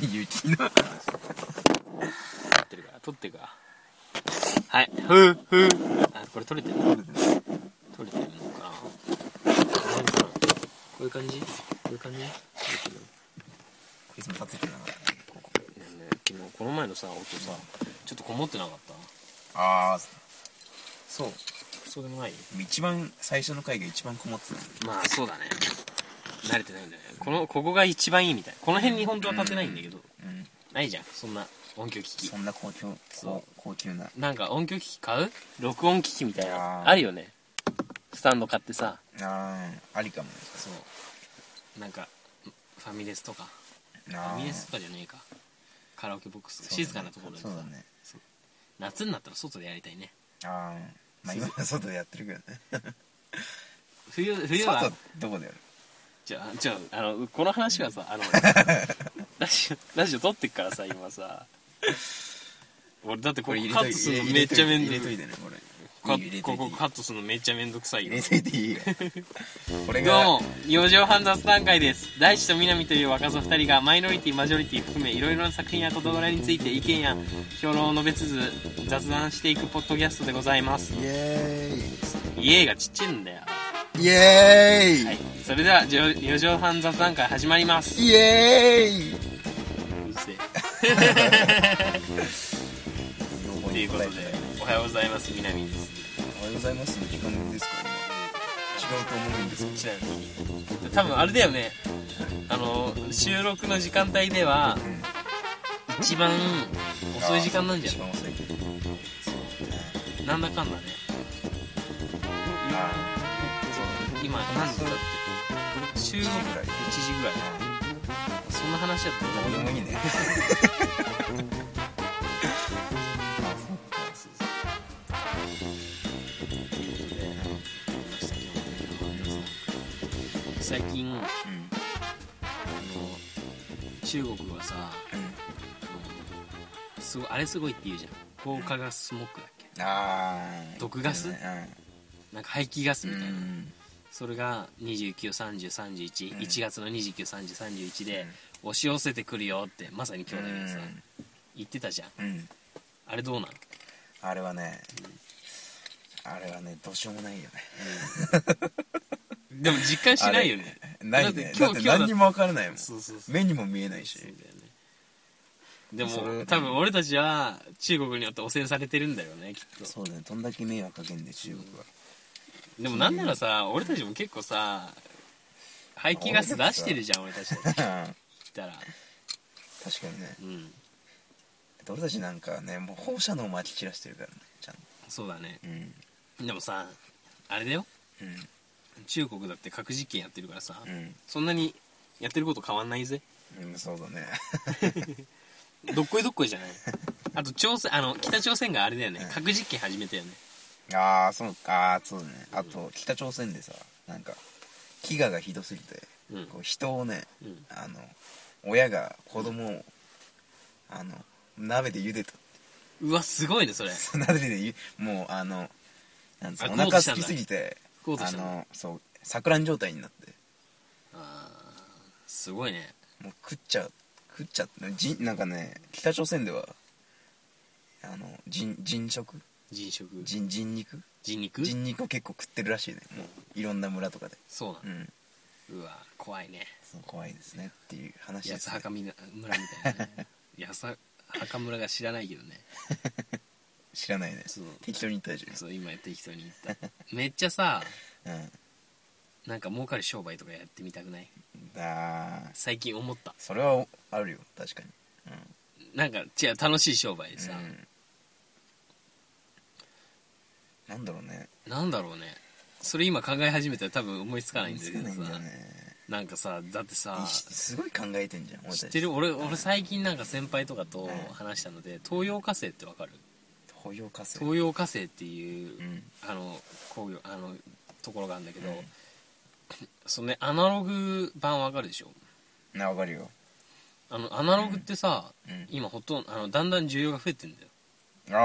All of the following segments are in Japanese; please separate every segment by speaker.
Speaker 1: 雪の
Speaker 2: 撮ってるか撮ってるかはいふうふうあこれ撮れてる撮れてるのかな何かなこういう感じこういう感じ雪の
Speaker 1: いつも立ててなかったねここ
Speaker 2: ねえねえ昨日この前のさ音さちょっとこもってなかった
Speaker 1: ああそう
Speaker 2: そうでもない
Speaker 1: 一番最初の回が一番こもってた
Speaker 2: まあそうだね慣れてないんだよねこのここが一番いいみたいこの辺に本当は立てないんだけど、
Speaker 1: うん
Speaker 2: ないじゃんそんな音響機器
Speaker 1: そんな高級そう高級な
Speaker 2: なんか音響機器買う録音機器みたい
Speaker 1: いや
Speaker 2: な
Speaker 1: ー
Speaker 2: あるよねスタンド買ってさ
Speaker 1: あーありかもね
Speaker 2: そうなんかファミレスとかフ
Speaker 1: あ
Speaker 2: ァ
Speaker 1: ー
Speaker 2: ミレスとかじゃねえかカラオケボックス、
Speaker 1: そうだね
Speaker 2: 静かなところでさ
Speaker 1: そうだね
Speaker 2: そう夏になったら外でやりたいね
Speaker 1: あーまあ今は外でやってるけどね
Speaker 2: 冬冬は
Speaker 1: 外どこでやる
Speaker 2: じゃあじゃああのこの話は さあのラジオラジオ撮ってっからさ今さ俺だってこれカットするのめっちゃめんど
Speaker 1: 入れと
Speaker 2: く
Speaker 1: いてねこれ
Speaker 2: カ
Speaker 1: いいよ入れ
Speaker 2: ッ
Speaker 1: と
Speaker 2: こ
Speaker 1: いてい
Speaker 2: こ
Speaker 1: い
Speaker 2: カットするのめっちゃめんどくさい
Speaker 1: 入
Speaker 2: よ
Speaker 1: れといていいよこれ
Speaker 2: どう
Speaker 1: が
Speaker 2: も四畳半雑談会です大地と南という若造2人がマイノリティマジョリティ含めいろいろな作品や事柄について意見や評論を述べつつ雑談していくポッドキャストでございます
Speaker 1: イエ
Speaker 2: イエーがちっちゃいんだよ
Speaker 1: ーイイエーイ、
Speaker 2: はいそれではじょ四畳半雑談会始ま ります
Speaker 1: イエーイ
Speaker 2: うるせえ
Speaker 1: と
Speaker 2: ということでおはようございます南です
Speaker 1: おはようございますの時間ですか今違うと思うんですけど
Speaker 2: ちなみに多分あれだよねあの収録の時間帯では
Speaker 1: ん
Speaker 2: 一番遅い時間なんじゃ
Speaker 1: 一
Speaker 2: な
Speaker 1: 番遅いけど
Speaker 2: いなんだかんだね
Speaker 1: あ
Speaker 2: 今何時だって収
Speaker 1: 1
Speaker 2: 録
Speaker 1: 時ぐらい
Speaker 2: 1時ぐらいそんな話だった
Speaker 1: あどう
Speaker 2: ら
Speaker 1: でもいいね
Speaker 2: 最近あ
Speaker 1: うんうん
Speaker 2: の中国はさあのすごいあれすごいって言うじゃん高化ガススモックだっけ
Speaker 1: あー
Speaker 2: 毒ガス
Speaker 1: うん
Speaker 2: なんか排気ガス
Speaker 1: う
Speaker 2: みたいな、
Speaker 1: ん
Speaker 2: それが2930311、
Speaker 1: うん
Speaker 2: 1月の293031で
Speaker 1: うん
Speaker 2: 押し寄せてくるよってまさに今日だけどさ、言ってたじゃん
Speaker 1: うんうん
Speaker 2: あれどうなの
Speaker 1: あれはねあれはねどうしようもないよね
Speaker 2: でも実感しないよね
Speaker 1: ないね
Speaker 2: だ
Speaker 1: だって
Speaker 2: っ今日
Speaker 1: て
Speaker 2: 今日だ
Speaker 1: 何にも分からないもん
Speaker 2: そうそうそう
Speaker 1: 目にも見えない
Speaker 2: そう
Speaker 1: し
Speaker 2: だよねで
Speaker 1: それ
Speaker 2: も多分俺たちは中国によって汚染されてるんだよねきっと
Speaker 1: そうだねどんだけ迷惑かけんで中国は
Speaker 2: でもなんならさ俺たちも結構さ排気ガス出してるじゃん俺たちだっ て言ったら
Speaker 1: 確かにね
Speaker 2: うん
Speaker 1: 俺たちなんかねもう放射能をまき散らしてるからねちゃんと
Speaker 2: そうだね
Speaker 1: うん
Speaker 2: でもさあれだよ中国だって核実験やってるからさ、
Speaker 1: う
Speaker 2: そんなにやってること変わんないぜ
Speaker 1: ん、うん、そうだ ね
Speaker 2: どっこいどっこいじゃない あと朝鮮あの北朝鮮があれだよね
Speaker 1: うん
Speaker 2: 核実験始めたよね
Speaker 1: ああそうかあーそうだねあと北朝鮮でさなんか飢餓がひどすぎて、
Speaker 2: うん
Speaker 1: こう人をね
Speaker 2: うん
Speaker 1: あの親が子供をあの鍋で茹でた
Speaker 2: うわすごいねそれ
Speaker 1: 鍋でゆもうあのなんつう
Speaker 2: あ
Speaker 1: のお
Speaker 2: 食おう
Speaker 1: 腹
Speaker 2: とした
Speaker 1: 空
Speaker 2: ん
Speaker 1: き
Speaker 2: だ
Speaker 1: すぎて
Speaker 2: 食おうとし
Speaker 1: あ
Speaker 2: たんだ
Speaker 1: のそう錯乱状態になって
Speaker 2: あーすごいね
Speaker 1: もう食っちゃう食っちゃってじんなんかね北朝鮮ではあの人人食
Speaker 2: 人食
Speaker 1: 人人肉
Speaker 2: 人肉
Speaker 1: 人肉を結構食ってるらしいねもういろんな村とかで
Speaker 2: そうな
Speaker 1: う
Speaker 2: の、
Speaker 1: ん
Speaker 2: うわ怖いね
Speaker 1: そう怖いですねっていう話で
Speaker 2: 八
Speaker 1: す、
Speaker 2: つ
Speaker 1: ね
Speaker 2: 墓、みな村みたいな ね八つ墓村が知らないけどね
Speaker 1: 知らないね
Speaker 2: そう
Speaker 1: 適当に言ったでしょ
Speaker 2: そう今適当に言っためっちゃさ
Speaker 1: う
Speaker 2: なんか儲かる商売とかやってみたくない
Speaker 1: んだー
Speaker 2: 最近思った
Speaker 1: それはあるよ確かに
Speaker 2: なんか違う楽しい商売でさ
Speaker 1: う、んなんだろうね
Speaker 2: なんだろうねそれ今考え始めたら多分思いつかないんだけ
Speaker 1: つ
Speaker 2: ど
Speaker 1: かないんだ
Speaker 2: さ
Speaker 1: よね
Speaker 2: なんかさだってさ
Speaker 1: いしすごい考えてんじゃん俺た
Speaker 2: 知
Speaker 1: ち
Speaker 2: ってる俺俺最近なんか先輩とかと
Speaker 1: うん
Speaker 2: 話したので東洋火星ってわかる
Speaker 1: 東洋化成
Speaker 2: 東洋火星っていう、
Speaker 1: うん
Speaker 2: あの工業あのところがあるんだけど、
Speaker 1: うん
Speaker 2: そのねアナログ版わかるでしょ
Speaker 1: なわかるよ
Speaker 2: あのアナログってさ、
Speaker 1: うん
Speaker 2: 今ほとんどあのだんだん需要が増えてんだよ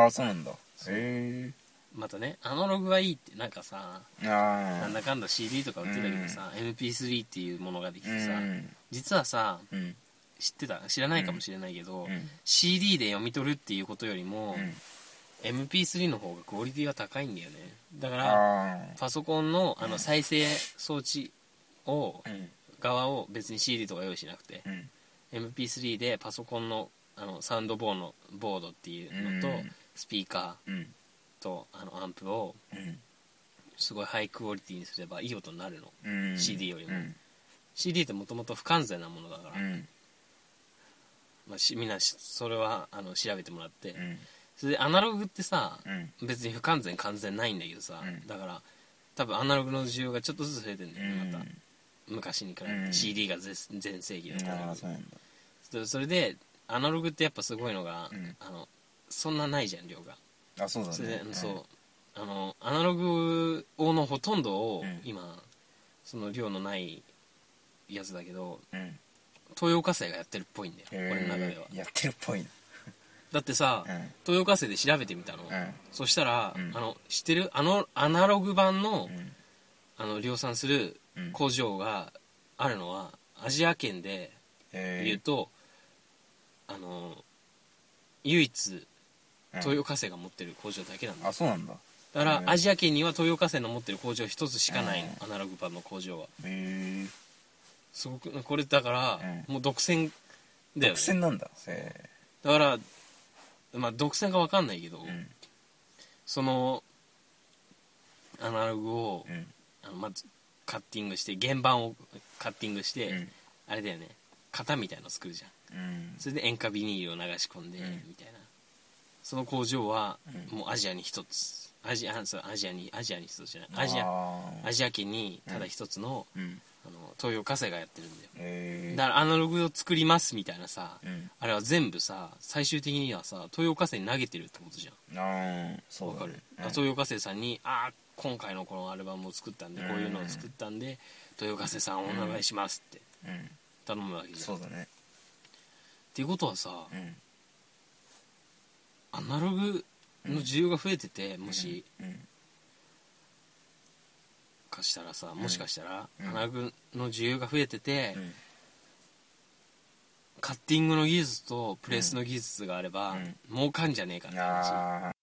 Speaker 1: ああそうなんだへ
Speaker 2: そう
Speaker 1: え
Speaker 2: またねアナログがいいってなんかさ、
Speaker 1: ああ
Speaker 2: なんだかんだ CD とか売ってたけどさ、MP3 っていうものができてさ、
Speaker 1: うん
Speaker 2: 実はさ
Speaker 1: うん
Speaker 2: 知ってた知らないかもしれないけど、
Speaker 1: うん
Speaker 2: CD で読み取るっていうことよりも、
Speaker 1: うん
Speaker 2: MP3 の方がクオリティが高いんだよねだから
Speaker 1: あ
Speaker 2: パソコンのあの再生装置を
Speaker 1: あうん
Speaker 2: 側を別に CD とか用意しなくて
Speaker 1: うん
Speaker 2: MP3 でパソコンのあのサウンドボーのボードっていうのと、
Speaker 1: うん
Speaker 2: スピーカ
Speaker 1: うん
Speaker 2: ーとあのアンプを
Speaker 1: うん
Speaker 2: すごいハイクオリティにすればいい音になるの
Speaker 1: うん
Speaker 2: CD よりも
Speaker 1: うん、
Speaker 2: CD ってもともと不完全なものだから、
Speaker 1: うん
Speaker 2: まあ、しみんなしそれはあの調べてもらって、
Speaker 1: うん
Speaker 2: それでアナログってさ、
Speaker 1: うん
Speaker 2: 別に不完全完全ないんだけどさ、
Speaker 1: うん
Speaker 2: だから多分アナログの需要がちょっとずつ増えてんだよねまた、昔に比べて、
Speaker 1: うん
Speaker 2: CD が全全盛期だった
Speaker 1: あ
Speaker 2: か
Speaker 1: あそうなんだ
Speaker 2: らそれでアナログってやっぱすごいのが、
Speaker 1: うん
Speaker 2: あのそんなないじゃん量が
Speaker 1: あそうだね
Speaker 2: それで、うんそう
Speaker 1: うん
Speaker 2: あのアナログのほとんどを
Speaker 1: うん
Speaker 2: 今、その量のないやつだけど
Speaker 1: うん
Speaker 2: 東洋火星がやってるっぽいんだよ俺の中では
Speaker 1: へーやってるっぽいな
Speaker 2: だってさ、
Speaker 1: うん
Speaker 2: 東洋火星で調べてみたの、
Speaker 1: う
Speaker 2: そしたら、
Speaker 1: うん
Speaker 2: あの知ってるあのアナログ版
Speaker 1: ん
Speaker 2: の,、
Speaker 1: うん
Speaker 2: あの量産する
Speaker 1: うん
Speaker 2: 工場があるのはアジア圏で
Speaker 1: へー
Speaker 2: 言うと、あの唯一
Speaker 1: うん
Speaker 2: 東洋火星が持ってる工場だけなんだ
Speaker 1: あそうなんだ
Speaker 2: だから
Speaker 1: うん
Speaker 2: アジア圏には東洋火星の持ってる工場一つしかないの
Speaker 1: う
Speaker 2: アナログ版の工場は
Speaker 1: へえ
Speaker 2: すごくこれだから、もう独占だよ
Speaker 1: 独占
Speaker 2: ね
Speaker 1: なんだへ
Speaker 2: だからまあ独占か分かんないけど、
Speaker 1: えうん
Speaker 2: そのアナログを、
Speaker 1: うん
Speaker 2: あのまずカッティングして原版をカッティングして、
Speaker 1: うん
Speaker 2: あれだよね型みたいの作るじゃん
Speaker 1: うん
Speaker 2: それで塩化ビニールを流し込んで、
Speaker 1: うん
Speaker 2: みたいなその工場は、
Speaker 1: うん
Speaker 2: もうアジアに一つアジアそうアジアにアジアに一つじゃないアジア
Speaker 1: あー
Speaker 2: アジア圏にただ一つの,、
Speaker 1: うん
Speaker 2: あの東洋火星がやってるんだよ
Speaker 1: へえ
Speaker 2: だからアナログを作りますみたいなさ、
Speaker 1: うん
Speaker 2: あれは全部さ最終的にはさ東洋火星に投げてるってことじゃん
Speaker 1: あーそう
Speaker 2: わか
Speaker 1: だ
Speaker 2: る
Speaker 1: ね、
Speaker 2: あ東洋火星さんに「ああ今回のこのアルバムを作ったんでこういうのを作ったんで東洋火星さんお願いします」って
Speaker 1: うんうん
Speaker 2: 頼むわけじゃん
Speaker 1: そ
Speaker 2: っ
Speaker 1: うだね
Speaker 2: ていうことはさ
Speaker 1: うん
Speaker 2: アナログの需要が増えててもし
Speaker 1: うん
Speaker 2: かしたらさもしかしたらア
Speaker 1: うん
Speaker 2: ナログの需要が増えてて
Speaker 1: うん
Speaker 2: カッティングの技術とプレスの技術があれば
Speaker 1: うん
Speaker 2: 儲かんじゃねえかって話
Speaker 1: ああ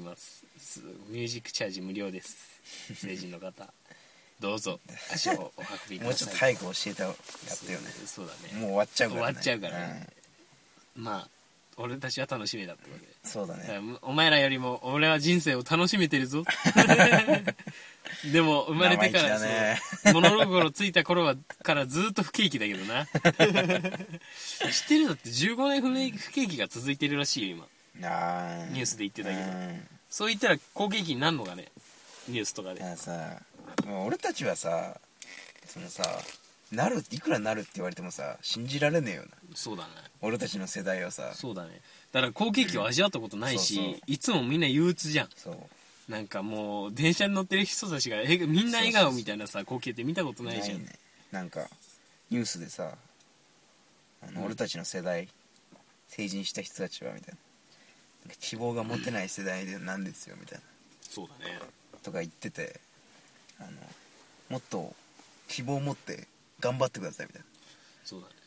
Speaker 2: ますすミュージックチャージ無料です 成人の方どうぞ足をお運びく
Speaker 1: もう
Speaker 2: だ
Speaker 1: ちょっ
Speaker 2: さ
Speaker 1: と
Speaker 2: い
Speaker 1: 早く教えたやったよね
Speaker 2: そうそうだね
Speaker 1: もう終わっちゃうからね
Speaker 2: 終わっちゃうからねまあ俺たちは楽しみだってことで
Speaker 1: うんそうだね
Speaker 2: お前らよりも俺は人生を楽しめてるぞ でも生まれてか
Speaker 1: 生
Speaker 2: ら、
Speaker 1: 意気だね
Speaker 2: そう物心ついた頃はからずっと不景気だけどな 知ってるだって15年不景不景気が続いてるらしいよ今
Speaker 1: あ
Speaker 2: ニュースで言ってたけど
Speaker 1: ど
Speaker 2: そう言ったら好景気になるのかねニュースとかで
Speaker 1: だからさもう俺たちはさそのさなるいくらなるって言われてもさ信じられねえよな
Speaker 2: そうだね
Speaker 1: 俺たちの世代はさ
Speaker 2: そうだねだから好景気を味わったことないし、
Speaker 1: うんそうそう
Speaker 2: いつもみんな憂鬱じゃん
Speaker 1: そう
Speaker 2: なんかもう電車に乗ってる人たちがえみんな笑顔みたいなさ光景って見たことないじゃん
Speaker 1: ねなんかニュースでさあの、
Speaker 2: うん
Speaker 1: 俺たちの世代成人した人たちはみたいななんか希望が持てない世代でなんですよみたいな
Speaker 2: そうだね
Speaker 1: とか言っててあのもっと希望を持って頑張ってくださいみたいな
Speaker 2: そうだね
Speaker 1: っ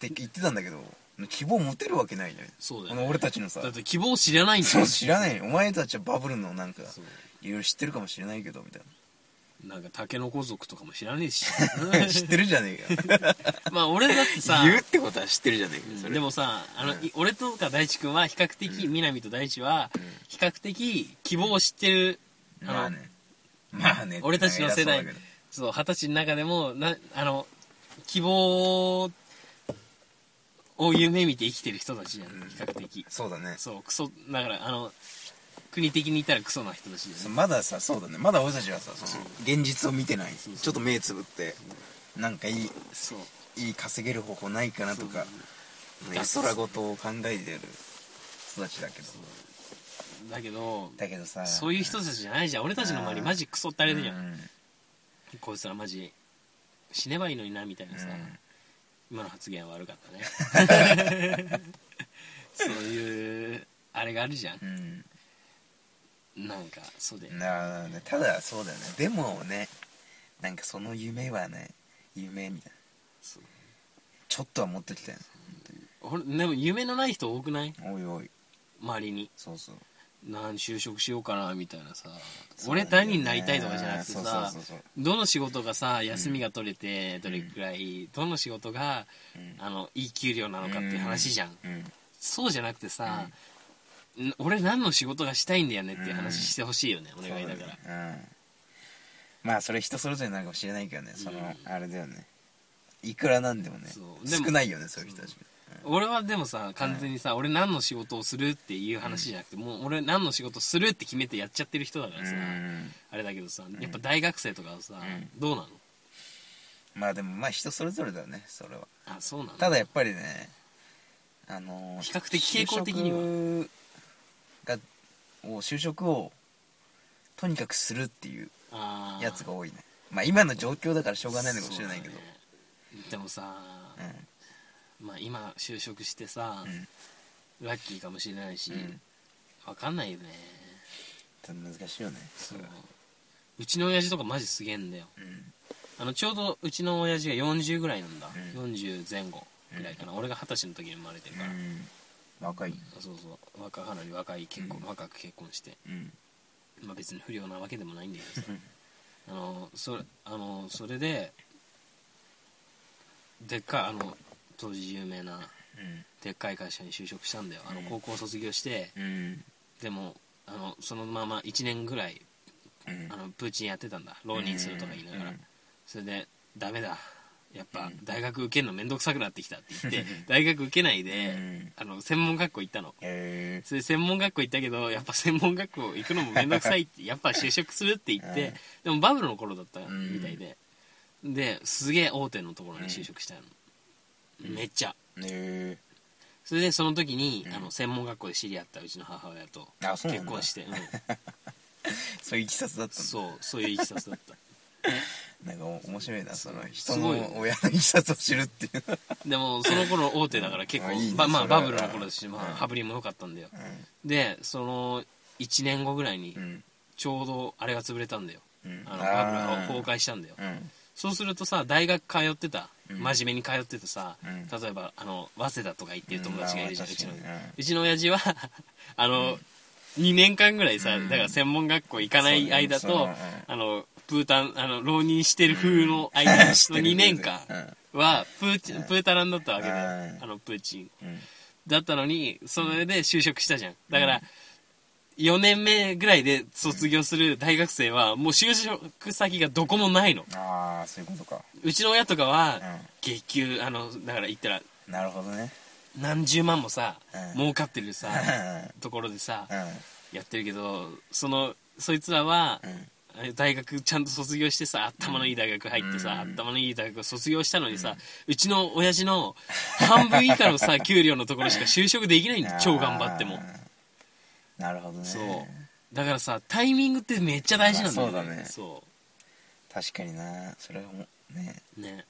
Speaker 1: て言ってたんだけど希望持てるわけないじゃん
Speaker 2: そうだ
Speaker 1: こ
Speaker 2: よね
Speaker 1: の俺たちのさ
Speaker 2: だって希望を知らないんだ
Speaker 1: そ
Speaker 2: よ
Speaker 1: う知らないお前たちはバブルのなんか
Speaker 2: そう
Speaker 1: いろいろ知ってるかもしれないけどみたい
Speaker 2: なんかタケノコ族とかも知らねえ し
Speaker 1: な知ってるじゃねえか
Speaker 2: まあ俺だって さ
Speaker 1: 言うってことは知ってるじゃねえかよそれ
Speaker 2: でもさあの、い俺とか大地君は比較的、南と大地は比較的希望を知ってる、あの
Speaker 1: まあねまあね
Speaker 2: 俺たちの世代
Speaker 1: 偉そうだけど
Speaker 2: そう二十歳の中でもなあの希望を夢見て生きてる人たちじゃん
Speaker 1: うん
Speaker 2: 比較的、
Speaker 1: そうだね
Speaker 2: そうクソだからあの国的に言ったらクソな人たちだ
Speaker 1: そ
Speaker 2: よ
Speaker 1: う
Speaker 2: ね
Speaker 1: まださそうだねまだ俺たちはさその現実を見てない
Speaker 2: そうそう
Speaker 1: ちょっと目つぶってなんかいい
Speaker 2: そう
Speaker 1: いい稼げる方法ないかなとか
Speaker 2: そう
Speaker 1: ね空事を考えてる人たちだけど
Speaker 2: だけど
Speaker 1: だけどさ
Speaker 2: そういう人たちじゃないじゃん俺たちの周りマジクソってあれだじゃん、
Speaker 1: うん
Speaker 2: こいつらマジ死ねばいいのになみたいなさ、
Speaker 1: うん
Speaker 2: 今の発言は悪かったね そういうあれがあるじゃん
Speaker 1: うん
Speaker 2: なんかそうで、
Speaker 1: なあただそうだよねでもねなんかその夢はね夢みたいな
Speaker 2: そう
Speaker 1: ちょっとは持ってきたよ
Speaker 2: ほんでも夢のない人多くない
Speaker 1: おいおい
Speaker 2: 周りに
Speaker 1: そうそう
Speaker 2: なん就職しようかなみたいなさ、
Speaker 1: そう
Speaker 2: 俺何になりたいとかじゃなくて
Speaker 1: そう
Speaker 2: さ
Speaker 1: そうそうそう
Speaker 2: どの仕事がさ休みが取れてどれくらい、どの仕事が
Speaker 1: うん
Speaker 2: あのいい給料なのかっていう話じゃん、
Speaker 1: うん
Speaker 2: そうじゃなくてさ、ん俺何の仕事がしたいんだよねっていう話してほしいよね、お願いだから
Speaker 1: そうねうん、まあそれ人それぞれなのかもしれないけどねその、
Speaker 2: う
Speaker 1: あれだよねいくらなんでもね
Speaker 2: そうでも
Speaker 1: 少ないよねそういう人たち
Speaker 2: 俺はでもさ完全にさ、俺何の仕事をするっていう話じゃなくて、もう俺何の仕事するって決めてやっちゃってる人だか
Speaker 1: う
Speaker 2: らさ、
Speaker 1: ん
Speaker 2: あれだけどさやっぱ大学生とかはさ、
Speaker 1: う
Speaker 2: どうなの
Speaker 1: まあでもまあ人それぞれだよねそれは
Speaker 2: あそうなの
Speaker 1: ただやっぱりねあのー
Speaker 2: 比較的傾向的には
Speaker 1: 就職がを就職をとにかくするっていう
Speaker 2: あー
Speaker 1: やつが多いねまあ今の状況だからしょうがないのかもしれないけど
Speaker 2: そうだねでもさ、まあ今就職してさ
Speaker 1: う、んうん
Speaker 2: ラッキーかもしれないし、
Speaker 1: うん
Speaker 2: わかんないよね
Speaker 1: ただ難しいよねそ
Speaker 2: そう
Speaker 1: れは
Speaker 2: うちの親父とかマジすげえんだよ
Speaker 1: うん
Speaker 2: あのちょうどうちの親父が40ぐらいなんだ、
Speaker 1: うん
Speaker 2: 40前後ぐらいかな、俺が二十歳の時に生まれてるから、
Speaker 1: うん若い
Speaker 2: そうそう若かなり若い結婚、
Speaker 1: うん
Speaker 2: 若く結婚して、
Speaker 1: うん
Speaker 2: まあ、別に不良なわけでもないんだけどさあのそれあのそれででっかいあの当時有名なでっかい会社に就職したんだよあの
Speaker 1: うん
Speaker 2: 高校卒業して、
Speaker 1: うんうん
Speaker 2: でもあのそのまま1年ぐらい
Speaker 1: うん
Speaker 2: あのプーチンやってたんだ浪人するとか言いながら、
Speaker 1: うん
Speaker 2: それでダメだや
Speaker 1: う
Speaker 2: っぱ
Speaker 1: ん
Speaker 2: 大学受けるの面倒くさくなってきたって言って 大学受けないで、
Speaker 1: うん
Speaker 2: あの専門学校行ったの
Speaker 1: へ
Speaker 2: それで専門学校行ったけどやっぱ専門学校行くのも面倒くさいっ てやっぱ就職するって言って、でもバブルの頃だったみたいで、ですげえ大手のところに就職したの、めっちゃ
Speaker 1: えへ
Speaker 2: それでその時に、
Speaker 1: うん
Speaker 2: あの専門学校で知り合ったうちの母親と
Speaker 1: あそうなん
Speaker 2: 結
Speaker 1: だ
Speaker 2: 婚してうん
Speaker 1: えそういういきさつだったんだ
Speaker 2: そうそういういきさつだった
Speaker 1: なんかお面白いなその人
Speaker 2: すごい
Speaker 1: の親のいきさつを知るっていう
Speaker 2: でもその頃大手だから結構
Speaker 1: あいいね
Speaker 2: ばまあ、
Speaker 1: それは
Speaker 2: バブルの頃だし、まあ
Speaker 1: うん
Speaker 2: 羽振りも良かったんだよでその1年後ぐらいに
Speaker 1: うん
Speaker 2: ちょうどあれが潰れたんだよ、
Speaker 1: うん
Speaker 2: あの
Speaker 1: あ
Speaker 2: バブルが
Speaker 1: ー
Speaker 2: 崩壊したんだよ、
Speaker 1: うん
Speaker 2: そうするとさ大学通ってた、
Speaker 1: うん
Speaker 2: 真面目に通っててさ、
Speaker 1: うん
Speaker 2: 例えばあの早稲田とか行ってる友達がいるじゃん、
Speaker 1: うん
Speaker 2: うち
Speaker 1: ま
Speaker 2: の
Speaker 1: あ確かにうん
Speaker 2: うちの親父は あの、 2年間ぐらいさ、
Speaker 1: うん
Speaker 2: だから専門学校行かない間
Speaker 1: そう
Speaker 2: と、
Speaker 1: ね
Speaker 2: あのプータンあの浪人してる風の 間の
Speaker 1: 知ってる
Speaker 2: 2年間はプーチン
Speaker 1: うん
Speaker 2: プータランだったわけだ
Speaker 1: う
Speaker 2: よ、
Speaker 1: ん
Speaker 2: あのプーチン
Speaker 1: うんうん
Speaker 2: だったのにそれで就職したじゃんだから、4年目ぐらいで卒業する大学生はもう就職先がどこもないの
Speaker 1: ああそういうことか
Speaker 2: うちの親とかは
Speaker 1: うん
Speaker 2: 月給あのだから言ったら
Speaker 1: なるほどね
Speaker 2: 何十万もさ、
Speaker 1: うん
Speaker 2: 儲かってるさ
Speaker 1: うん
Speaker 2: ところでさ、
Speaker 1: うん
Speaker 2: やってるけどそのそいつらは
Speaker 1: う、ん
Speaker 2: 大学ちゃんと卒業してさ頭のいい大学入ってさ、
Speaker 1: うん
Speaker 2: 頭のいい大学卒業したのにさ、うちの親父の半分以下の さ給料のところしか就職できないんだ超頑張っても
Speaker 1: あーなるほどね
Speaker 2: そうだからさタイミングってめっちゃ大事なんだよね,、
Speaker 1: まあそうだね
Speaker 2: そ
Speaker 1: 確かになそれはもうね
Speaker 2: うね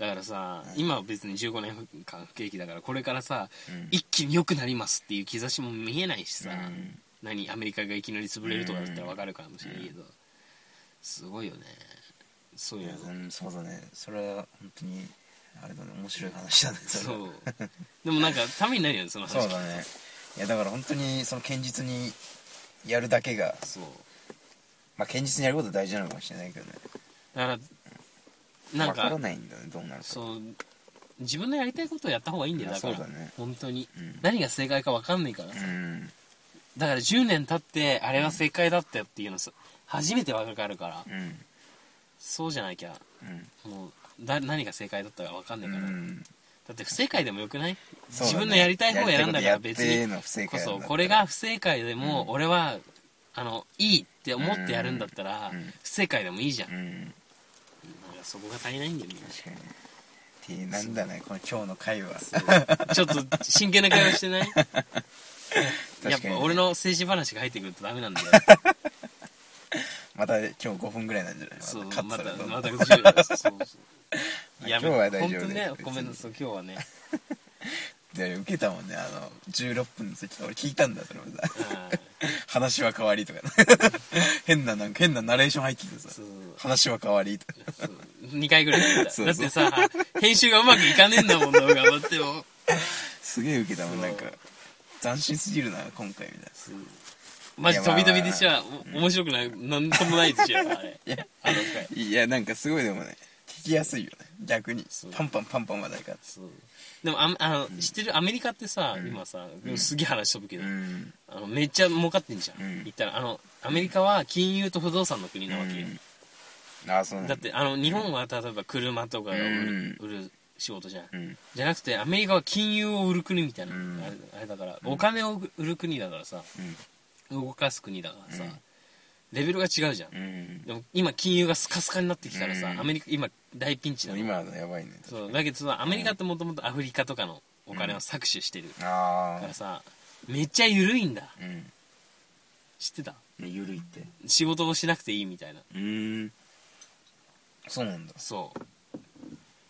Speaker 2: だからさ、今は別に15年間不景気だからこれからさ、
Speaker 1: うん
Speaker 2: 一気に良くなりますっていう兆しも見えないしさ、
Speaker 1: うん
Speaker 2: 何アメリカがいきなり潰れるとかだったら分かるかもしれないけど、すごいよねそう
Speaker 1: い
Speaker 2: いう
Speaker 1: や
Speaker 2: の
Speaker 1: うんそうだねそれは本当にあれだね面白い話だねそ
Speaker 2: そ
Speaker 1: れは
Speaker 2: う でもなんかためになるよねその話
Speaker 1: そうだねいやだから本当にその堅実にやるだけが
Speaker 2: そう
Speaker 1: まあ堅実にやることは大事なのかもしれないけどね
Speaker 2: だからなん
Speaker 1: 分から
Speaker 2: か
Speaker 1: ないんだねどうなるか
Speaker 2: そう自分のやりたいことをやった方がいいんだよ
Speaker 1: いや
Speaker 2: だから
Speaker 1: そうだね
Speaker 2: 本当に、
Speaker 1: うん
Speaker 2: 何が正解か分かんないからさ、
Speaker 1: うん
Speaker 2: だから10年経ってあれは正解だったよっていうのさ初めて分かるから、
Speaker 1: うん
Speaker 2: そうじゃなきゃ
Speaker 1: うん
Speaker 2: もうだ何が正解だったか分かんな
Speaker 1: う
Speaker 2: いから、
Speaker 1: ん
Speaker 2: だって不正解でもよくない、
Speaker 1: そうだね
Speaker 2: 自分のやりたい方を選んだから
Speaker 1: やり
Speaker 2: 別
Speaker 1: たいことやって
Speaker 2: に
Speaker 1: の不正
Speaker 2: こ
Speaker 1: 解なんだ
Speaker 2: そ
Speaker 1: ったら
Speaker 2: これが不正解でも
Speaker 1: うん
Speaker 2: 俺は、あのいいって思ってやるんだったら、
Speaker 1: うん
Speaker 2: 不正解でもいいじゃん、
Speaker 1: うん
Speaker 2: なんかそこが足りないんだよね
Speaker 1: 確かにねってなんだねこの今日の会話
Speaker 2: ちょっと真剣な会話してないやっ
Speaker 1: 確かに
Speaker 2: ぱ
Speaker 1: ね
Speaker 2: 俺の政治話が入ってくるとダメなんだよ
Speaker 1: また今日5分ぐらいなんじゃない
Speaker 2: そう
Speaker 1: カット
Speaker 2: ま
Speaker 1: さ
Speaker 2: た
Speaker 1: れた
Speaker 2: またそうそういや
Speaker 1: 今日は大丈夫
Speaker 2: 本当にね
Speaker 1: 別に
Speaker 2: ごめんなさい今日はね
Speaker 1: で受けたもんねあの16分の時俺聞いたんだそれもさ
Speaker 2: あ
Speaker 1: 話は変わり とか変ななんか変なナレーション入ってきて
Speaker 2: ーそ
Speaker 1: さ
Speaker 2: う
Speaker 1: 話は変わりとか
Speaker 2: そう2回ぐらいやった
Speaker 1: そう
Speaker 2: だってさ編集がうまくいかねえんだもんな頑張っても
Speaker 1: すげえ受けたもん
Speaker 2: そう
Speaker 1: なんか斬新すぎるな今回み
Speaker 2: そうマジ飛び飛びでしょお面白くないなんともないでしょあれ
Speaker 1: たいないや
Speaker 2: あの回
Speaker 1: いやなんかすごいでもね聞きやすいよね逆に
Speaker 2: そう
Speaker 1: パンパンパンパン話題が
Speaker 2: そうでもああの、知ってるアメリカってさ、今さすげえ話飛ぶけど、
Speaker 1: うん
Speaker 2: あのめっちゃ儲かってんじゃん、
Speaker 1: うん
Speaker 2: 言ったらあのアメリカは金融と不動産の国なわけよ、
Speaker 1: ああそうなん
Speaker 2: だってあの日本は例えば車とかが売る,、売る仕事じゃん、
Speaker 1: うん
Speaker 2: じゃなくてアメリカは金融を売る国みたいな、
Speaker 1: うん
Speaker 2: あれあれだから、お金を売る国だからさ
Speaker 1: うん
Speaker 2: 動かす国だからさ、
Speaker 1: うん
Speaker 2: レベルが違うじゃん、
Speaker 1: うん
Speaker 2: でも今金融がスカスカになってきたらさ、
Speaker 1: うん
Speaker 2: アメリカ今大ピンチなの
Speaker 1: 今はやばいね
Speaker 2: そうだけどさアメリカってもともとアフリカとかのお金を搾取してる、
Speaker 1: あ
Speaker 2: からさめっちゃ緩いんだ
Speaker 1: あうん
Speaker 2: 知ってた
Speaker 1: ゆるいって
Speaker 2: 仕事をしなくていいみたいな
Speaker 1: うんそうなんだ
Speaker 2: そう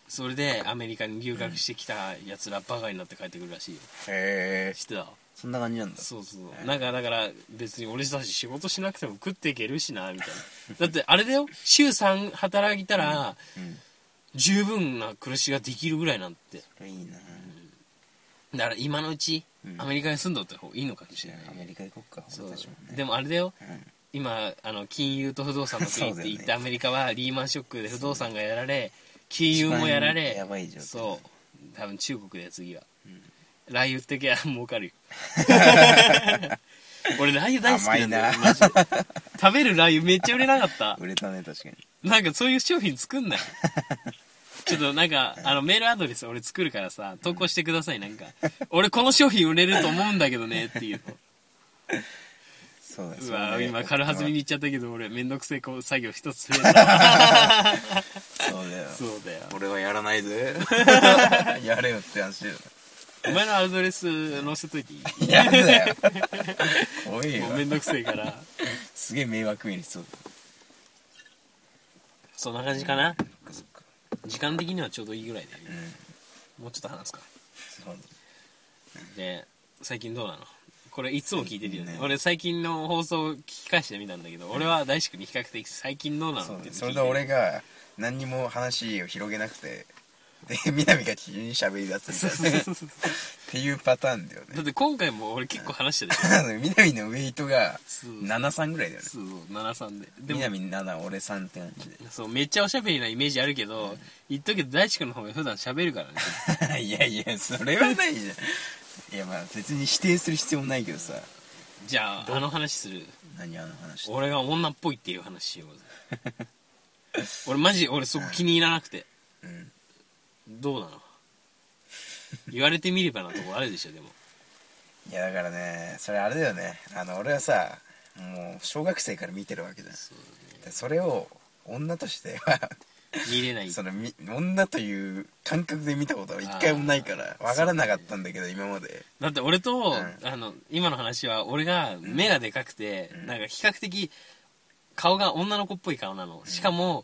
Speaker 2: それでアメリカに留学してきたやつらバカになって帰ってくるらしいよ
Speaker 1: へえ
Speaker 2: 知ってた
Speaker 1: そんな感じなんだ
Speaker 2: そうそうなんかだから別に俺たち仕事しなくても食っていけるしなみたいな だってあれだよ週3働いたら
Speaker 1: うん
Speaker 2: 十分な暮らしができるぐらいなんて
Speaker 1: それいいな
Speaker 2: だから今のうち
Speaker 1: うん
Speaker 2: アメリカに住んどった方がいいのかもしれない
Speaker 1: アメリカ行こっか
Speaker 2: そ
Speaker 1: 俺
Speaker 2: う
Speaker 1: たちもね
Speaker 2: でもあれだよ
Speaker 1: うん
Speaker 2: 今あの金融と不動産の国っ
Speaker 1: そうだ
Speaker 2: て
Speaker 1: よね
Speaker 2: 言ってアメリカはリーマンショックで不動産がやられ金融もやら
Speaker 1: 一番
Speaker 2: れ
Speaker 1: やばい状態
Speaker 2: そう多分中国だよ次は、ラー油ってけは儲かる よ俺ラー油大好きなんだよ
Speaker 1: 甘いな
Speaker 2: マジで食べるラー油めっちゃ売れなかった
Speaker 1: 売れたね確かに
Speaker 2: なんかそういう商品作んないちょっとなんかあのメールアドレス俺作るからさ投稿してくださいなんか俺この商品売れると思うんだけどねっていうの
Speaker 1: そうだ
Speaker 2: うわ今軽はずみに言っちゃったけど俺めんどくせえこう作業一つ増
Speaker 1: そう
Speaker 2: えた
Speaker 1: だよ
Speaker 2: そうだよ
Speaker 1: 俺はやらない ぜやれよって話だよ
Speaker 2: お前のアドレス載せといていい
Speaker 1: やだ よ怖いよ
Speaker 2: もうめんどくせえから
Speaker 1: すげえ迷惑にりそう
Speaker 2: そんな感じかな
Speaker 1: そっかそっか
Speaker 2: 時間的にはちょうどいいぐらいだよ
Speaker 1: う
Speaker 2: ね
Speaker 1: ん
Speaker 2: もうちょっと話すか
Speaker 1: そう
Speaker 2: で最近どうなのこれいつも聞いてるよね
Speaker 1: ね
Speaker 2: 俺最近の放送を聞き返してみたんだけど俺は大志くんに比較的最近どうなの
Speaker 1: そう
Speaker 2: って
Speaker 1: だそれで俺が何にも話を広げなくて で南が急に喋り出すみたいなねっていうパターンだよ
Speaker 2: だっ
Speaker 1: ね
Speaker 2: て今回も俺結構話したでしょ
Speaker 1: あの 南のウェイトが
Speaker 2: そう
Speaker 1: 73ぐらいだよね
Speaker 2: そう73ででも
Speaker 1: 南7俺3って感じ
Speaker 2: そうめっちゃおしゃべりなイメージあるけど、言っとくけど大地君の方が普段しゃべるからね
Speaker 1: で いやいやそれはないじゃんいやまあ別に否定する必要もないけどさ
Speaker 2: じゃああの話する
Speaker 1: 何あの話って
Speaker 2: 俺が女っぽいっていう話しようぜ 俺マジ俺そこ気に入らなくて
Speaker 1: うん
Speaker 2: どうなの言われてみればなとこあるでしょでも
Speaker 1: いやだからねそれあれだよねあの俺はさもう小学生から見てるわけじゃん
Speaker 2: そう
Speaker 1: でそれを女としては
Speaker 2: 見れない
Speaker 1: そのみ女という感覚で見たことは一回もないから
Speaker 2: あー
Speaker 1: 分からなかったんだけど今まで
Speaker 2: だって俺と、
Speaker 1: ん
Speaker 2: あの今の話は俺が目がでかくて、なんか比較的顔が女の子っぽい顔なの、しかも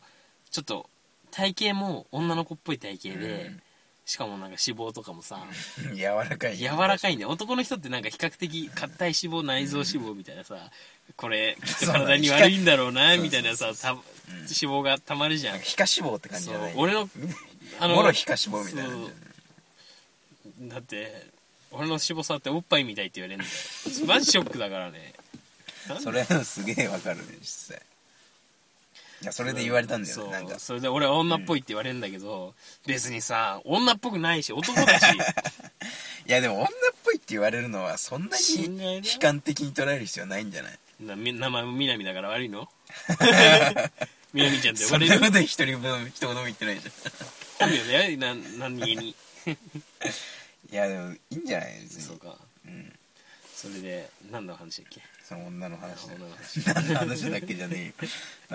Speaker 2: ちょっと体型も女の子っぽい体型で、
Speaker 1: うん
Speaker 2: しかもなんか脂肪とかもさ、
Speaker 1: 柔らかい
Speaker 2: 柔らかいんだよ男の人ってなんか比較的硬い脂肪内臓脂肪みたいなさ、これきっと体に悪いんだろうな
Speaker 1: そうだね
Speaker 2: みたいなさた脂肪がたまるじゃん
Speaker 1: なんか皮下脂肪って感じじゃない
Speaker 2: そう俺のあの
Speaker 1: もろ皮下脂肪みたいな感じだよね
Speaker 2: だって俺の脂肪さっておっぱいみたいって言われるんだよマジショックだからねなん
Speaker 1: それはすげえわかるね実際いやそれで言われたんだよ
Speaker 2: そう
Speaker 1: ねなんか
Speaker 2: それで俺は女っぽいって言われるんだけど、別にさ女っぽくないし男だし
Speaker 1: いやでも女っぽいって言われるのはそんな
Speaker 2: 心外
Speaker 1: に
Speaker 2: だ
Speaker 1: 悲観的に捉える必要ないんじゃない
Speaker 2: なみ名前も南だから悪 いの 南ちゃんって呼
Speaker 1: そ
Speaker 2: ば
Speaker 1: れ
Speaker 2: れ
Speaker 1: なこ
Speaker 2: る
Speaker 1: と一人分一言も言ってないじゃん
Speaker 2: 本 名だよな何気に
Speaker 1: いやでもいいんじゃない別
Speaker 2: そう
Speaker 1: に
Speaker 2: か
Speaker 1: うん
Speaker 2: それで何の話だっけ
Speaker 1: その女の話だよ
Speaker 2: 女の話
Speaker 1: 何の話だっけじゃねえよ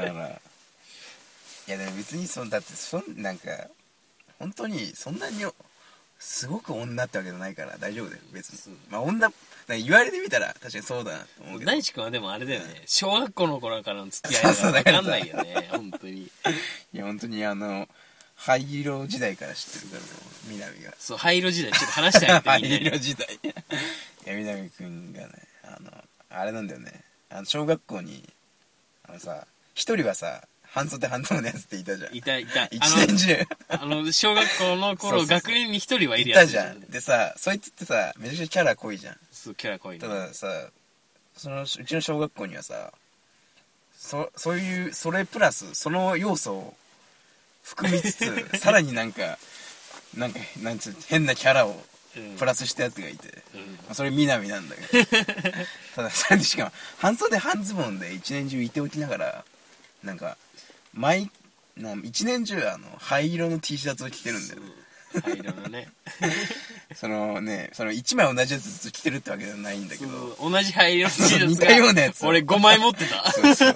Speaker 1: だからいやでも別にそのだってそんなんか本当にそんなにすごく女ってわけじゃないから大丈夫だよ別
Speaker 2: そう
Speaker 1: にまあ女なんか言われてみたら確かにそうだなと思うけど
Speaker 2: 大地君はでもあれだよね小学校の頃からの付き合い
Speaker 1: そ
Speaker 2: が
Speaker 1: うそう
Speaker 2: 分
Speaker 1: だか
Speaker 2: からんないよね本当に
Speaker 1: いや本当にあの灰色時代から知ってるからもう南 が
Speaker 2: そう灰色時代ちょっと話してあげて
Speaker 1: 灰
Speaker 2: みんな
Speaker 1: 色
Speaker 2: に
Speaker 1: 時代いや南くんがねあのあれなんだよねあの小学校にあのさ一人はさ半袖半袖のやつっていたじゃん
Speaker 2: いたいたあ
Speaker 1: 一年中
Speaker 2: のあの小学校の
Speaker 1: そうそうそ
Speaker 2: 頃
Speaker 1: う
Speaker 2: 学年に一人はいる
Speaker 1: い
Speaker 2: や
Speaker 1: た
Speaker 2: つ
Speaker 1: じゃんでさそいつってさめちゃくちゃキャラ濃いじゃん
Speaker 2: そうキャラ濃い
Speaker 1: た
Speaker 2: の
Speaker 1: ださそのうちの小学校にはさそそういうそれプラスその要素を含みつ つさらになんかなんかなんつう変なキャラを
Speaker 2: うん
Speaker 1: プラスしたやつがいて、
Speaker 2: うん
Speaker 1: まあそれ南なんだ けどただそれでしかも半袖半ズボンで一年中いておきながらなんか毎なん一年中あの灰色の T シャツを着てるんだよね
Speaker 2: そう灰色のね
Speaker 1: そのねその1枚同じやつずっと着てるってわけじゃないんだけ
Speaker 2: そ
Speaker 1: ど
Speaker 2: う同じ灰色の T シャツが
Speaker 1: 似たようなやつ
Speaker 2: 俺5枚持ってた
Speaker 1: そうそう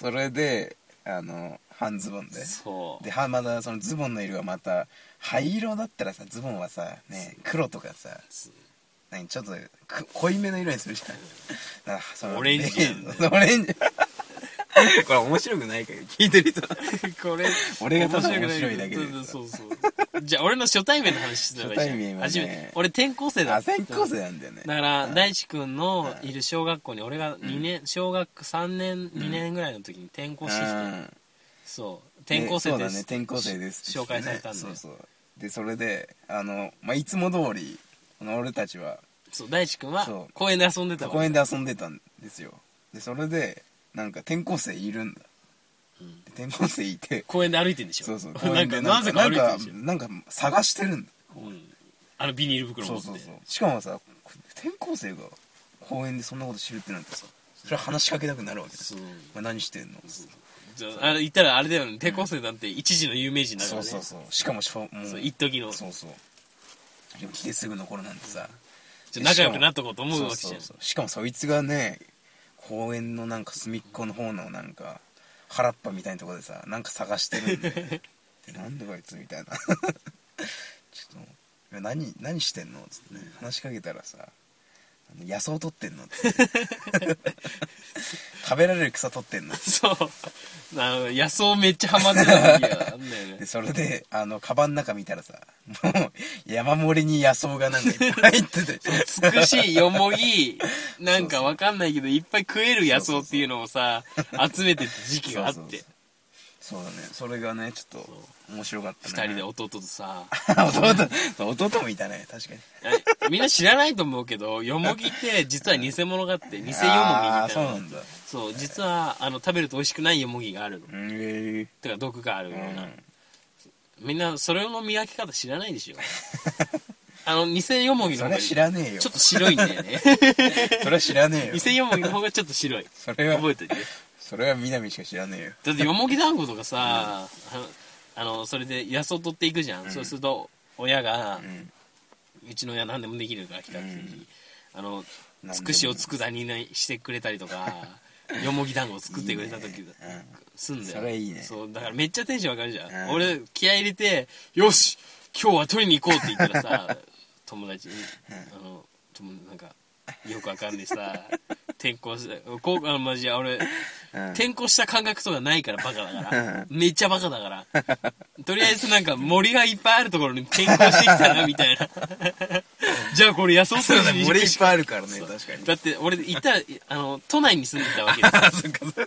Speaker 1: それであの半ズボンで
Speaker 2: そう
Speaker 1: ではまだそのズボンの色がまた灰色だったらさズボンはさ、ね、黒とかさ
Speaker 2: そう
Speaker 1: 何ちょっとく濃いめの色にするじゃんあその
Speaker 2: オレンジ
Speaker 1: ベージュオレ ンジこれ面白くないから聞いてる人
Speaker 2: これ
Speaker 1: 俺がただ
Speaker 2: 面白くな
Speaker 1: 面白いだけで
Speaker 2: そうそうそうじゃあ俺の初対面の話してたらいいじゃん
Speaker 1: 初対面はね
Speaker 2: 初めて俺転校生だ
Speaker 1: あ
Speaker 2: った
Speaker 1: 全校生なんだよね
Speaker 2: だから
Speaker 1: うん
Speaker 2: 大地君のいる小学校に俺が2年、小学3年2年ぐらいの時に転校してきて、
Speaker 1: うん
Speaker 2: そう転校生
Speaker 1: ねそうだ
Speaker 2: です
Speaker 1: ね転校生です
Speaker 2: し紹介されたんで、
Speaker 1: ねそう
Speaker 2: そ
Speaker 1: そううでそれであの、まあ、いつも通りあの俺たちは
Speaker 2: 大地君
Speaker 1: そ
Speaker 2: は
Speaker 1: う
Speaker 2: 公園で遊んでたわ
Speaker 1: 公園で遊んでたんですよでそれでなんか転校生いるんだ、
Speaker 2: うん
Speaker 1: で転校生いて
Speaker 2: 公園で歩いてんでしょ
Speaker 1: そうそう
Speaker 2: なんかなぜか歩いて
Speaker 1: なん
Speaker 2: るで
Speaker 1: か
Speaker 2: しょ
Speaker 1: なんか探してるんだ
Speaker 2: うんあのビニール袋持
Speaker 1: そ
Speaker 2: っ
Speaker 1: う
Speaker 2: て
Speaker 1: そうそうしかもさ転校生が公園でそんなこと知るってなってさそれは話しかけたくなるわ けです
Speaker 2: そう
Speaker 1: お前何してんの
Speaker 2: じゃああの言ったらあれだよね転校生なんて一時の有名人だか
Speaker 1: そ
Speaker 2: ら
Speaker 1: う
Speaker 2: ね
Speaker 1: そうそうしかもしょもう
Speaker 2: そう一時の
Speaker 1: そうそうでも来てすぐの頃なんてさ、
Speaker 2: じゃあ仲良くなっとこうと思うわけじゃん
Speaker 1: そうそうそうしかもそいつがね公園のなんか隅っこの方のなんか原っぱみたいなところでさなんか探してるん ででなんでこいつみたいな ちょっといや何何してんのつってね話しかけたらさあの野草取ってんのつって 食べられる草取ってんの
Speaker 2: そうあの野草めっちゃハマってた時があんだよね
Speaker 1: でそれであのカバンの中見たらさもう山盛りに野草がなんかいっぱい入って て
Speaker 2: 美しいよもぎなんかわかんないけどいっぱい食える野草っていうのをさ集めてた時期があっ
Speaker 1: そうそう
Speaker 2: て
Speaker 1: そそうだねそれがねちょっ
Speaker 2: そ
Speaker 1: と面白かった
Speaker 2: 二
Speaker 1: ね
Speaker 2: 人で弟とさ
Speaker 1: 弟そう 弟もいたね確かに
Speaker 2: えみんな知らないと思うけどよもぎって実は偽物があって偽よもぎみたい
Speaker 1: あ
Speaker 2: な
Speaker 1: あそうなんだへ
Speaker 2: そう実はあの食べると美味しくないよもぎがあるの
Speaker 1: え
Speaker 2: てか毒があるような、
Speaker 1: うん
Speaker 2: みんなそれの見分け方知らないでしょあの偽よもぎの
Speaker 1: それ
Speaker 2: 方
Speaker 1: は
Speaker 2: が
Speaker 1: 知らねえよ
Speaker 2: ちょっと白いんだよ ね
Speaker 1: それは知らねえよ
Speaker 2: 偽よもぎの方がちょっと白い
Speaker 1: それ
Speaker 2: 覚
Speaker 1: は
Speaker 2: えてて
Speaker 1: それは南しか知らねえよ
Speaker 2: だってよもぎ団子とかさ、あのあのそれで野草取っていくじゃん、そうすると親が、
Speaker 1: ん
Speaker 2: うちの親何でもできるから来た時に、あの
Speaker 1: 何でも
Speaker 2: つくしをつくだ煮にしてくれたり とかよもぎ団子を作ってくれた
Speaker 1: い
Speaker 2: 時
Speaker 1: いねうん
Speaker 2: すんだよ
Speaker 1: それいいね
Speaker 2: そうだからめっちゃテンション上がるじゃん、
Speaker 1: うん
Speaker 2: 俺気合い入れて「よし今日は取りに行こう」って言ったらさ友達に、あのともなんかよくわかんねえさ 転校したこうあのマジで俺
Speaker 1: うん
Speaker 2: 転校した感覚とかないからバカだから
Speaker 1: う
Speaker 2: めっちゃバカだからとりあえずなんか森がいっぱいあるところに転校してきたなみた いなじゃあこれ野草
Speaker 1: そうだ
Speaker 2: 筋
Speaker 1: ね
Speaker 2: に
Speaker 1: 森いっぱいあるからね
Speaker 2: そう
Speaker 1: 確かに
Speaker 2: だって俺行ったらいあの都内に住んでたわけです
Speaker 1: あそっかそっか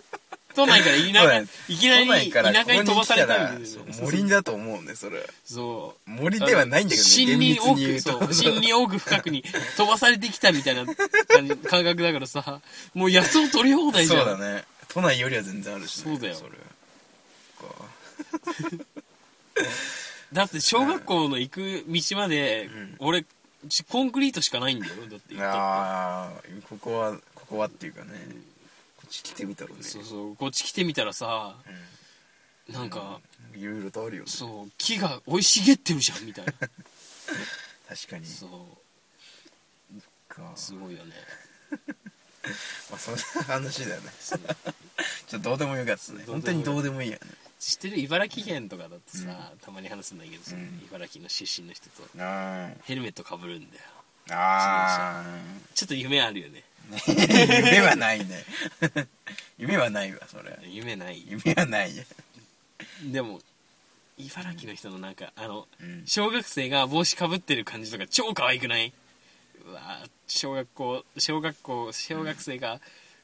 Speaker 2: 都内からいな
Speaker 1: そう
Speaker 2: が
Speaker 1: だ
Speaker 2: い
Speaker 1: ね
Speaker 2: きなり
Speaker 1: 都内から
Speaker 2: 田舎に飛ばされた
Speaker 1: ここ
Speaker 2: ん
Speaker 1: に
Speaker 2: で
Speaker 1: 来
Speaker 2: す
Speaker 1: た
Speaker 2: よ
Speaker 1: らそう森だと思うねそれは
Speaker 2: そう
Speaker 1: 森ではないんだけどね
Speaker 2: 森林
Speaker 1: 厳密に言
Speaker 2: 奥
Speaker 1: う
Speaker 2: そう
Speaker 1: と
Speaker 2: 森林奥深くに飛ばされてきたみたいな感じ感覚だからさもう野草取り放題じゃん
Speaker 1: そうだね都内よりは全然あるし、ね、
Speaker 2: そうだよ
Speaker 1: れそっか
Speaker 2: だって小学校の行く道まで、俺ちコンクリートしかないんだよだって行ったって
Speaker 1: あーここはここはっていうかねこっち来てみたらね
Speaker 2: そうそうこっち来てみたらさ、なんか、
Speaker 1: いろいろとあるよね
Speaker 2: そう木が生い茂ってるじゃんみたいな
Speaker 1: 確かに
Speaker 2: そう
Speaker 1: か
Speaker 2: すごいよね
Speaker 1: まあそんな話 だよねちょっとどうでもよかったね
Speaker 2: どう
Speaker 1: 本当
Speaker 2: でもよ
Speaker 1: に
Speaker 2: かった
Speaker 1: どうでもいいやね
Speaker 2: 知ってる茨城県とかだとさ、たまに話すんだけどさ、
Speaker 1: うん
Speaker 2: 茨城の出身の人と
Speaker 1: あ
Speaker 2: ヘルメットかぶるんだよ
Speaker 1: ーあ
Speaker 2: ちょっと夢あるよね
Speaker 1: ー 夢はないね夢はないわそれ
Speaker 2: 夢ない
Speaker 1: 夢はないや
Speaker 2: でも茨城の人のなんかあの、
Speaker 1: うん
Speaker 2: 小学生が帽子かぶってる感じとか超可愛くないうわー小学校小学校小学生が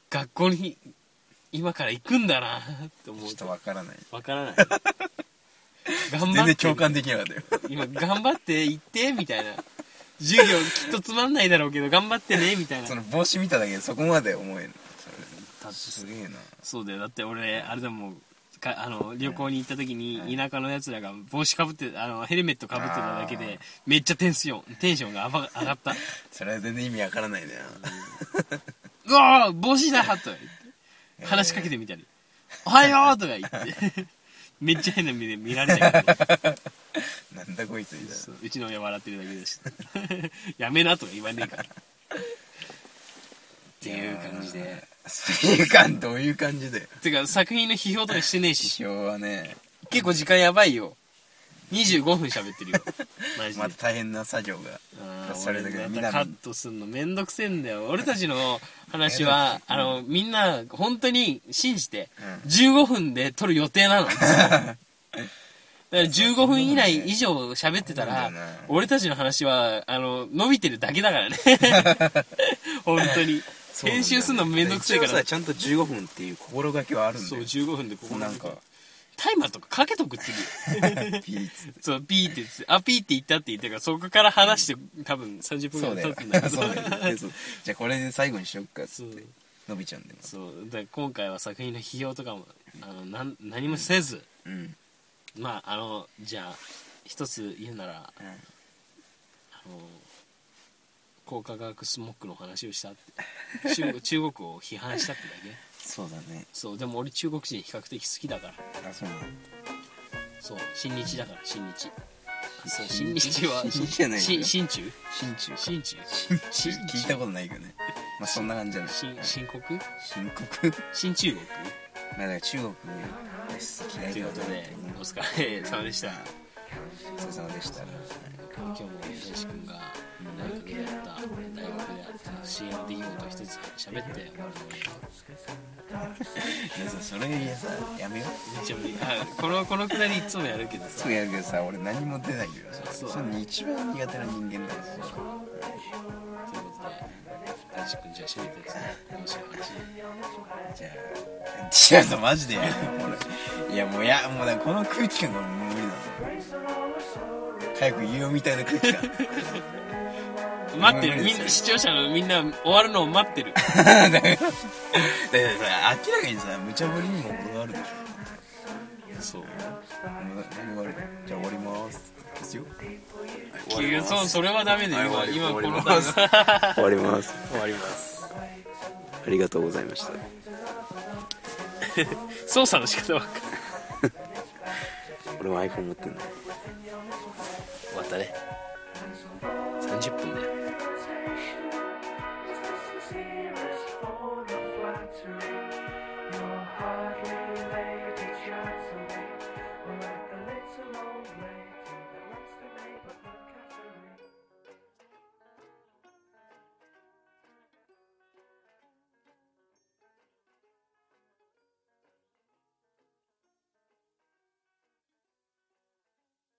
Speaker 2: 学校に今から行くんだなって思
Speaker 1: ちょ
Speaker 2: う
Speaker 1: っと
Speaker 2: と
Speaker 1: わからない
Speaker 2: わからない 頑張って
Speaker 1: 全然共感できなかったよ
Speaker 2: 今頑張って行ってみたいな授業きっとつまんないだろうけど頑張ってねみたいな
Speaker 1: その帽子見ただけでそこまで思えるそ
Speaker 2: だっ
Speaker 1: れ
Speaker 2: て
Speaker 1: すげえな
Speaker 2: そうだよだって俺あれでもんかあの旅行に行った時に田舎のやつらが帽子かぶってあのヘルメットかぶってただけでめっちゃテンションテンションが上が上がった
Speaker 1: それは全然意味わからないね
Speaker 2: 「うわー帽子だ!」とか言って話しかけてみたり「おはよう!」とか言ってめっちゃ変な目で見られたけど
Speaker 1: なんだこいつみたいな
Speaker 2: そううちの親笑ってる だけだしやめなとか言わねえからっていう感じで
Speaker 1: そういう感どういう感じだよ
Speaker 2: てか作品の批評とかしてねえし
Speaker 1: 批評はね
Speaker 2: 結構時間やばいよ25分喋ってるよ マジで
Speaker 1: また大変な作業が
Speaker 2: あー
Speaker 1: それだけど
Speaker 2: 俺
Speaker 1: みん
Speaker 2: また
Speaker 1: な
Speaker 2: カットすんのめんどくせえんだよ俺たちの話 はあのみんな本当に信じて、
Speaker 1: う
Speaker 2: 15分で撮る予定な のだから15分以内以上喋ってたら、
Speaker 1: そうだよね
Speaker 2: 俺たちの話はあの伸びてるだけだから ね本当に編集するのめんどくせえから
Speaker 1: 一応さちゃんと15分っていう心がけはあるんだ
Speaker 2: そう
Speaker 1: よ
Speaker 2: 15分でここ
Speaker 1: なんか
Speaker 2: タイマーとかかけとく次
Speaker 1: ピーッつって
Speaker 2: そうピーって言ってあピーって言ったって言ってからそこから話して多分30分
Speaker 1: そうだ
Speaker 2: ぐらい
Speaker 1: よ
Speaker 2: 経つんだけど
Speaker 1: そうだよじゃあこれで最後にしよっかっつ
Speaker 2: そ
Speaker 1: っ
Speaker 2: う
Speaker 1: て伸びちゃうんで
Speaker 2: そうだから今回は作品の費用とかもあのなん何もせず
Speaker 1: うんうん
Speaker 2: まああのじゃあ一つ言うならあの高化学スモックの話をしたっ て中中国を批判したってだけ
Speaker 1: そうだね
Speaker 2: そうでも俺中国人比較的好きだから
Speaker 1: あそうなの
Speaker 2: そう親日だから親日そう親日は
Speaker 1: 親日じゃないよ
Speaker 2: し親中
Speaker 1: 新中か
Speaker 2: 親中
Speaker 1: 新中聞いたことないけどねまあそんな感じじゃない
Speaker 2: 新新国
Speaker 1: 深刻
Speaker 2: 新中国
Speaker 1: まあだから中国です嫌い
Speaker 2: と
Speaker 1: で
Speaker 2: いう
Speaker 1: は
Speaker 2: こと
Speaker 1: ない
Speaker 2: でお疲れ様でした
Speaker 1: お疲れ様でした
Speaker 2: 今日も林くんが大学でやった大学でやった不思議な出来事を一つ喋って終わる
Speaker 1: いやさそれいやさやめよう
Speaker 2: のめっちゃ無理あこのこのくだりいつもやるけど
Speaker 1: す
Speaker 2: さ
Speaker 1: ぐやるけどさ俺何も出ないよ
Speaker 2: そう
Speaker 1: それに一番苦手な人間だよ
Speaker 2: ということで大志くんじゃあ閉めてですね面白い話
Speaker 1: じゃ あ違うぞマジでやるいやもうやもうなんかこの空気感がもう無理だぞ早く言うよみたいな空 気感
Speaker 2: 待ってる
Speaker 1: 無
Speaker 2: み
Speaker 1: 理
Speaker 2: ん
Speaker 1: で
Speaker 2: な
Speaker 1: す
Speaker 2: 視聴者のみんな終わるのを待ってる
Speaker 1: だからだからさ明らかにさ無茶ぶりにも程があるでしょ
Speaker 2: そう
Speaker 1: 無駄があるじゃあ終わりますですよ
Speaker 2: いやそうそれはダメだよ
Speaker 1: はい
Speaker 2: 今
Speaker 1: 終
Speaker 2: こ
Speaker 1: わ
Speaker 2: の
Speaker 1: りま
Speaker 2: 段階
Speaker 1: す
Speaker 2: 終
Speaker 3: 終わります
Speaker 2: わります
Speaker 3: ありがとうございました
Speaker 2: 操作の仕方わかんない
Speaker 3: 俺も iPhone 持ってんだ
Speaker 2: 終わったね